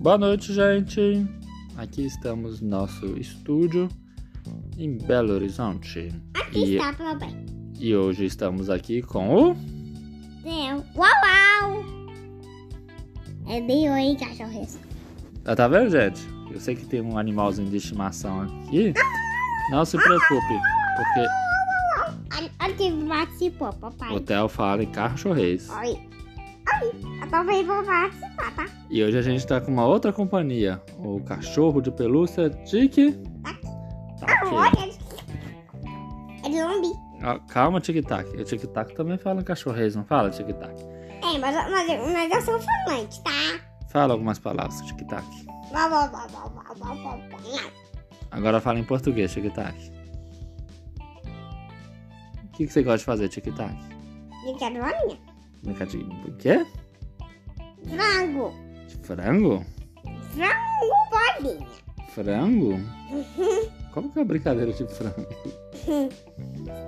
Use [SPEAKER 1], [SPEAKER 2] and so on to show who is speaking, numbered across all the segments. [SPEAKER 1] Boa noite, gente. Aqui estamos no nosso estúdio em Belo Horizonte.
[SPEAKER 2] Aqui está, papai.
[SPEAKER 1] E hoje estamos aqui com o.
[SPEAKER 2] Deu. Uau, uau. É meio aí, cachorro.
[SPEAKER 1] Ah, tá vendo, gente? Eu sei que tem um animalzinho de estimação aqui.
[SPEAKER 2] Ah!
[SPEAKER 1] Não se preocupe, porque
[SPEAKER 2] Olha- Olha que participou, papai.
[SPEAKER 1] o Theo fala em cachorrês.
[SPEAKER 2] Olha. Olha. A papai vai participar, tá?
[SPEAKER 1] E hoje a gente tá com uma outra companhia, o cachorro de pelúcia Tique. Tá aqui.
[SPEAKER 2] Ah, Olha. É zumbi.
[SPEAKER 1] Ah, calma, Tic Tac. O Tic Tac também fala em cachorrês, não fala, Tic Tac?
[SPEAKER 2] É, mas, mas, mas eu sou falante, tá?
[SPEAKER 1] Fala algumas palavras, Tic Tac.
[SPEAKER 2] Vá, vá, vá, vá, vá, vá, vá, vá.
[SPEAKER 1] Agora fala em português, Tic Tac. O que, que você gosta de fazer, Tic Tac?
[SPEAKER 2] Eu quero uma minha.
[SPEAKER 1] Brincar de... O quê?
[SPEAKER 2] Frango.
[SPEAKER 1] De frango?
[SPEAKER 2] Frango bolinha.
[SPEAKER 1] Frango? Como que é a brincadeira de frango?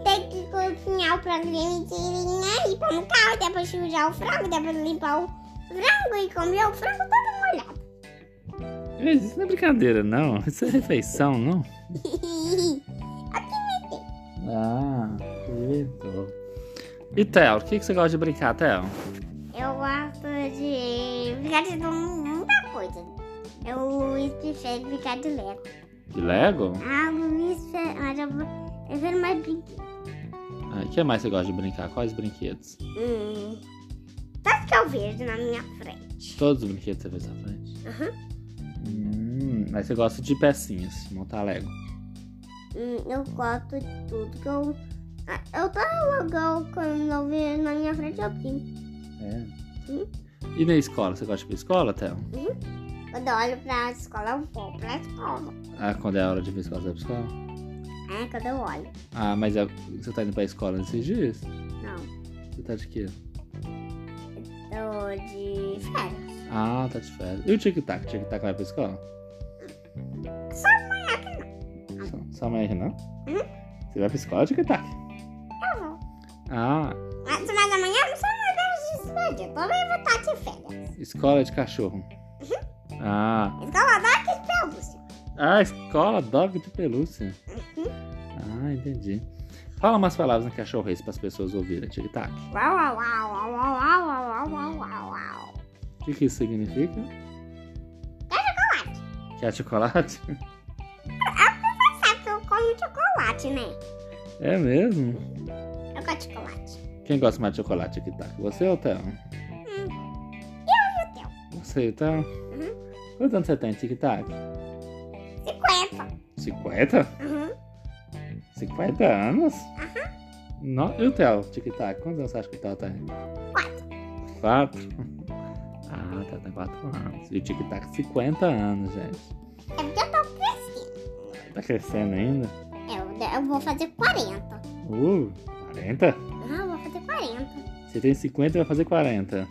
[SPEAKER 2] Tem que cozinhar o frango direitinho, né? E pôr no carro, depois sujar o frango, depois limpar o frango e comer o frango todo molhado.
[SPEAKER 1] Mas Isso não é brincadeira, não. Isso é refeição, não? Ah, bonito. E Theo, o que, que você gosta de brincar, Theo?
[SPEAKER 2] Eu gosto de brincar de muita coisa. Eu prefiro brincar de Lego.
[SPEAKER 1] De Lego?
[SPEAKER 2] Ah, eu me espe- mas eu ah, vou- eu quero mais brinquedo.
[SPEAKER 1] Ah, O que mais você gosta de brincar? Quais brinquedos?
[SPEAKER 2] Hum. Sabe o que eu vejo na minha frente?
[SPEAKER 1] Todos os brinquedos você fez na frente?
[SPEAKER 2] Aham.
[SPEAKER 1] Hum, mas você gosta de pecinhas, de montar Lego.
[SPEAKER 2] Hum, eu gosto de tudo que eu. Ah, Eu tô legal quando eu vejo na minha frente, eu brinco.
[SPEAKER 1] É. E na escola? Você gosta de ir pra escola, Theo?
[SPEAKER 2] Quando eu olho pra escola, eu vou pra escola.
[SPEAKER 1] Ah, quando é a hora de ir pra escola, você vai pra escola?
[SPEAKER 2] É, quando eu olho.
[SPEAKER 1] Ah, mas é- você tá indo pra escola nesses dias?
[SPEAKER 2] Não,
[SPEAKER 1] Você tá de quê?
[SPEAKER 2] tô de férias.
[SPEAKER 1] Ah, tá de férias. E o tic-tac? O tic-tac vai pra escola? Só amanhã que não. Uhum. Só, amanhã que não? Você vai pra escola, tic-tac? Tá
[SPEAKER 2] Eu vou.
[SPEAKER 1] Ah,
[SPEAKER 2] Mas, mas amanhã eu não sou mais de despedir. Eu tô levando tá de férias.
[SPEAKER 1] escola de cachorro. Ah.
[SPEAKER 2] Escola dá que pelúcia.
[SPEAKER 1] Ah, escola dog de pelúcia. Ah, entendi. Fala umas palavras em cachorrês para as pessoas ouvirem, tic-tac.
[SPEAKER 2] Uau, uau, uau, uau, uau, uau, uau, uau, uau, uau.
[SPEAKER 1] O que, que isso significa? Quer chocolate. Quer chocolate?
[SPEAKER 2] Você sabe que eu como chocolate, né?
[SPEAKER 1] É mesmo?
[SPEAKER 2] Eu gosto de chocolate.
[SPEAKER 1] Quem gosta mais de chocolate, tic-tac? Você ou o Theo?
[SPEAKER 2] Hum, o
[SPEAKER 1] Você, então?
[SPEAKER 2] Uhum.
[SPEAKER 1] Quantos anos você tem, tic-tac?
[SPEAKER 2] 50.
[SPEAKER 1] 50?
[SPEAKER 2] Uhum. Uhum.
[SPEAKER 1] 50 anos? No- E o Theo, tic-tac? Quantos anos você acha que o Theo tem? 4. 4? Ah, tá, tem 4 anos. E o tic-tac, 50 anos, gente.
[SPEAKER 2] É porque eu tô crescendo.
[SPEAKER 1] Tá crescendo ainda?
[SPEAKER 2] Eu, eu vou fazer 40.
[SPEAKER 1] Uh, 40?
[SPEAKER 2] Ah, eu vou fazer 40.
[SPEAKER 1] Você tem 50 e vai fazer 40.
[SPEAKER 2] Aham.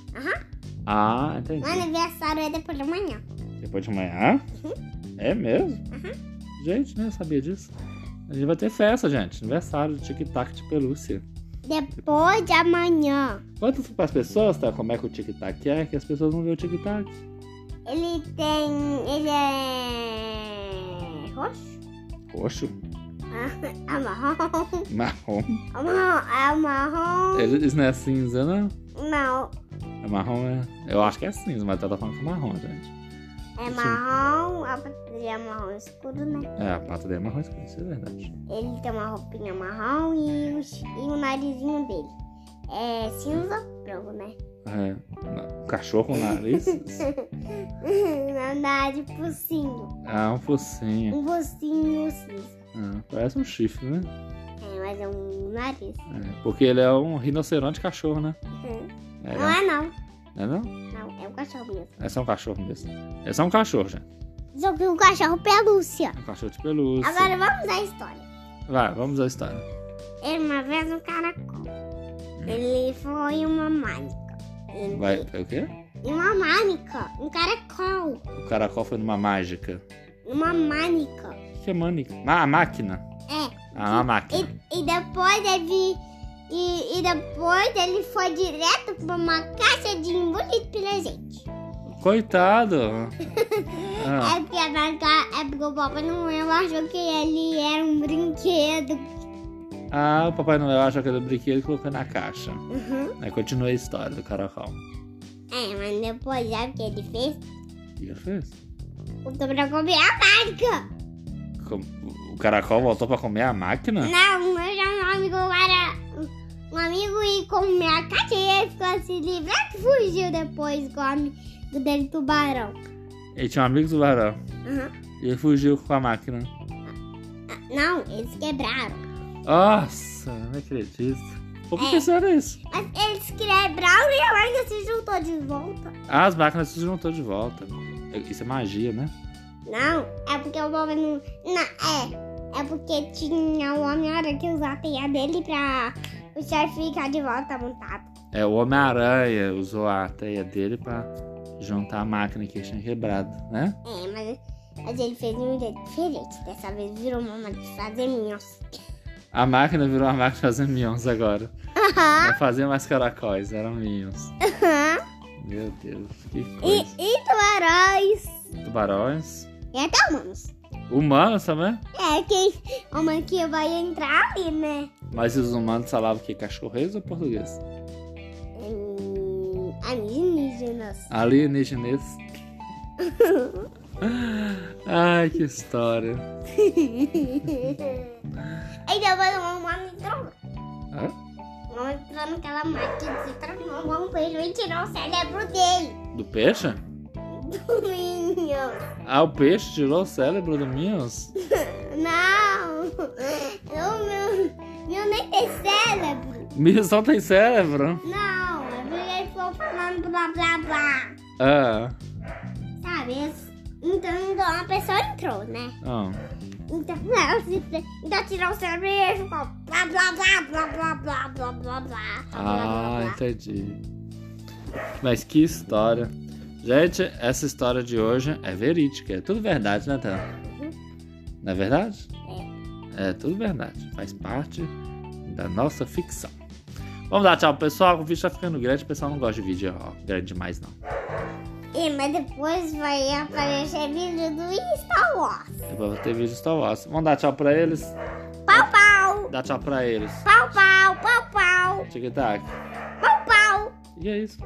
[SPEAKER 1] Ah, entendi.
[SPEAKER 2] Meu aniversário é depois de amanhã.
[SPEAKER 1] Depois de amanhã? É mesmo? Gente, né? Sabia disso. A gente vai ter festa, gente. Aniversário do tic-tac de pelúcia.
[SPEAKER 2] Depois de amanhã.
[SPEAKER 1] Conta para as pessoas, tá? Como é que o tic-tac é, que as pessoas não vê o tic-tac.
[SPEAKER 2] Ele tem. Ele é. roxo?
[SPEAKER 1] Roxo,
[SPEAKER 2] É marrom.
[SPEAKER 1] marrom.
[SPEAKER 2] É marrom. É marrom.
[SPEAKER 1] Eles não é cinza, não?
[SPEAKER 2] Não.
[SPEAKER 1] É marrom, é. Eu acho que é cinza, mas ela tá falando que é marrom, gente.
[SPEAKER 2] É
[SPEAKER 1] Sim.
[SPEAKER 2] marrom. A pata dele é marrom escuro, né?
[SPEAKER 1] É, a pata dele é marrom escura, isso é verdade.
[SPEAKER 2] Ele tem uma roupinha marrom e o, chi- e o narizinho dele. É cinza branco, né?
[SPEAKER 1] É. na- Cachorro com nariz? É
[SPEAKER 2] Na verdade, focinho.
[SPEAKER 1] ah, um focinho.
[SPEAKER 2] Um focinho cinza.
[SPEAKER 1] Ah, parece um chifre, né?
[SPEAKER 2] É, mas é um nariz.
[SPEAKER 1] É, porque ele é um rinoceronte cachorro, né? É,
[SPEAKER 2] Não é não.
[SPEAKER 1] não é não?
[SPEAKER 2] Não, é um cachorro mesmo.
[SPEAKER 1] É só um cachorro mesmo. É só um cachorro, gente.
[SPEAKER 2] Só que o um cachorro pelúcia.
[SPEAKER 1] Um cachorro de pelúcia.
[SPEAKER 2] Agora vamos à história.
[SPEAKER 1] Vai, vamos à história.
[SPEAKER 2] Era uma vez um caracol. Ele foi uma mânica. Ele-
[SPEAKER 1] Hum. Vai, foi o quê?
[SPEAKER 2] Uma mânica. Um caracol.
[SPEAKER 1] O caracol foi numa mágica.
[SPEAKER 2] Uma mânica.
[SPEAKER 1] O que é mânica? Ah, a máquina.
[SPEAKER 2] É.
[SPEAKER 1] Ah, a máquina.
[SPEAKER 2] E, e depois ele. E, e depois ele foi direto pra uma caixa de embulido presente.
[SPEAKER 1] Coitado. Ah,
[SPEAKER 2] É porque a Branca, é porque o Papai Noel achou que ele era um brinquedo.
[SPEAKER 1] Ah, o Papai Noel achou aquele brinquedo e colocou na caixa.
[SPEAKER 2] Uhum.
[SPEAKER 1] Aí continua a história do caracol.
[SPEAKER 2] É, mas depois, sabe o que ele fez?
[SPEAKER 1] E ele fez.
[SPEAKER 2] O pra comer a marca.
[SPEAKER 1] Com- O caracol voltou pra comer a máquina?
[SPEAKER 2] Não, mas já um amigo era... Um amigo e comer a caixa e ele ficou se livrando e fugiu depois com o amigo dele, tubarão.
[SPEAKER 1] Ele tinha um amigo tubarão.
[SPEAKER 2] Uhum.
[SPEAKER 1] E ele fugiu com a máquina.
[SPEAKER 2] Não, eles quebraram.
[SPEAKER 1] Nossa, não acredito. Por
[SPEAKER 2] É.
[SPEAKER 1] que fizeram isso?
[SPEAKER 2] Mas eles quebraram e a marca se juntou de volta.
[SPEAKER 1] Ah, as máquinas se juntou de volta. Isso é magia, né?
[SPEAKER 2] Não, é porque o Bob não. Não, é. É porque tinha o Homem-Aranha que usava a teia dele pra o chefe ficar de volta montado.
[SPEAKER 1] É, o Homem-Aranha usou a teia dele pra juntar a máquina que ele tinha quebrado, né?
[SPEAKER 2] É, mas, mas ele fez um jeito diferente. Dessa vez virou uma mãe de fazer minhas.
[SPEAKER 1] A máquina virou a máquina de fazer minions agora. Não fazia mais caracóis, eram minions. Meu Deus, que
[SPEAKER 2] E,
[SPEAKER 1] coisa.
[SPEAKER 2] e tubarões.
[SPEAKER 1] Tubarões.
[SPEAKER 2] E até humanos.
[SPEAKER 1] Humanos também?
[SPEAKER 2] É, que uma que vai entrar ali, né?
[SPEAKER 1] Mas os humanos falavam que cachorreiros ou português?
[SPEAKER 2] Hum, alienígenas.
[SPEAKER 1] Alienígenas. Ai, que história.
[SPEAKER 2] Ainda vai uma mãe entrou.
[SPEAKER 1] Hã?
[SPEAKER 2] Mamãe entrou naquela máquina e transformou um beijo e tirou o cérebro dele.
[SPEAKER 1] Do peixe?
[SPEAKER 2] Do Minion.
[SPEAKER 1] Ah, o peixe tirou o cérebro do Minions?
[SPEAKER 2] Não. O meu, meu nem tem cérebro.
[SPEAKER 1] Minions não tem cérebro?
[SPEAKER 2] Não. É porque ele ficou falando blá blá blá.
[SPEAKER 1] Ah,
[SPEAKER 2] Sabe? Então, então uma pessoa entrou, né?
[SPEAKER 1] ah.
[SPEAKER 2] Então, ela se- então tirou o cérebro e ele ficou blá blá blá blá blá blá blá blá blá.
[SPEAKER 1] Ah, entendi. Mas que história. Gente, essa história de hoje é verídica. É tudo verdade, né, Tela? Não é verdade? É. É tudo verdade. Faz parte da nossa ficção. Vamos dar tchau, pessoal. O vídeo tá ficando grande. O pessoal não gosta de vídeo ó, grande demais, não.
[SPEAKER 2] E, mas depois vai aparecer vídeo do Star Wars.
[SPEAKER 1] Depois vai ter vídeo Star Wars. Vamos dar tchau pra eles.
[SPEAKER 2] Pau, pau!
[SPEAKER 1] Dá tchau pra eles.
[SPEAKER 2] Pau, pau, pau, pau!
[SPEAKER 1] Tic-tac.
[SPEAKER 2] Pau, pau!
[SPEAKER 1] E é isso.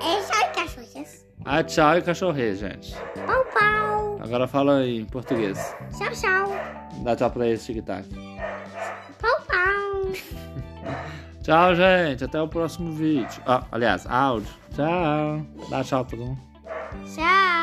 [SPEAKER 2] É isso aí, cachorros.
[SPEAKER 1] Ah, tchau e cachorrei, gente.
[SPEAKER 2] Pau, pau!
[SPEAKER 1] Agora fala em português.
[SPEAKER 2] Tchau, tchau!
[SPEAKER 1] Dá tchau pra tá eles, tic-tac.
[SPEAKER 2] Pau, pau!
[SPEAKER 1] Tchau, gente. Até o próximo vídeo. Ah, aliás, áudio. Tchau. Dá tchau pra todo mundo.
[SPEAKER 2] Tchau!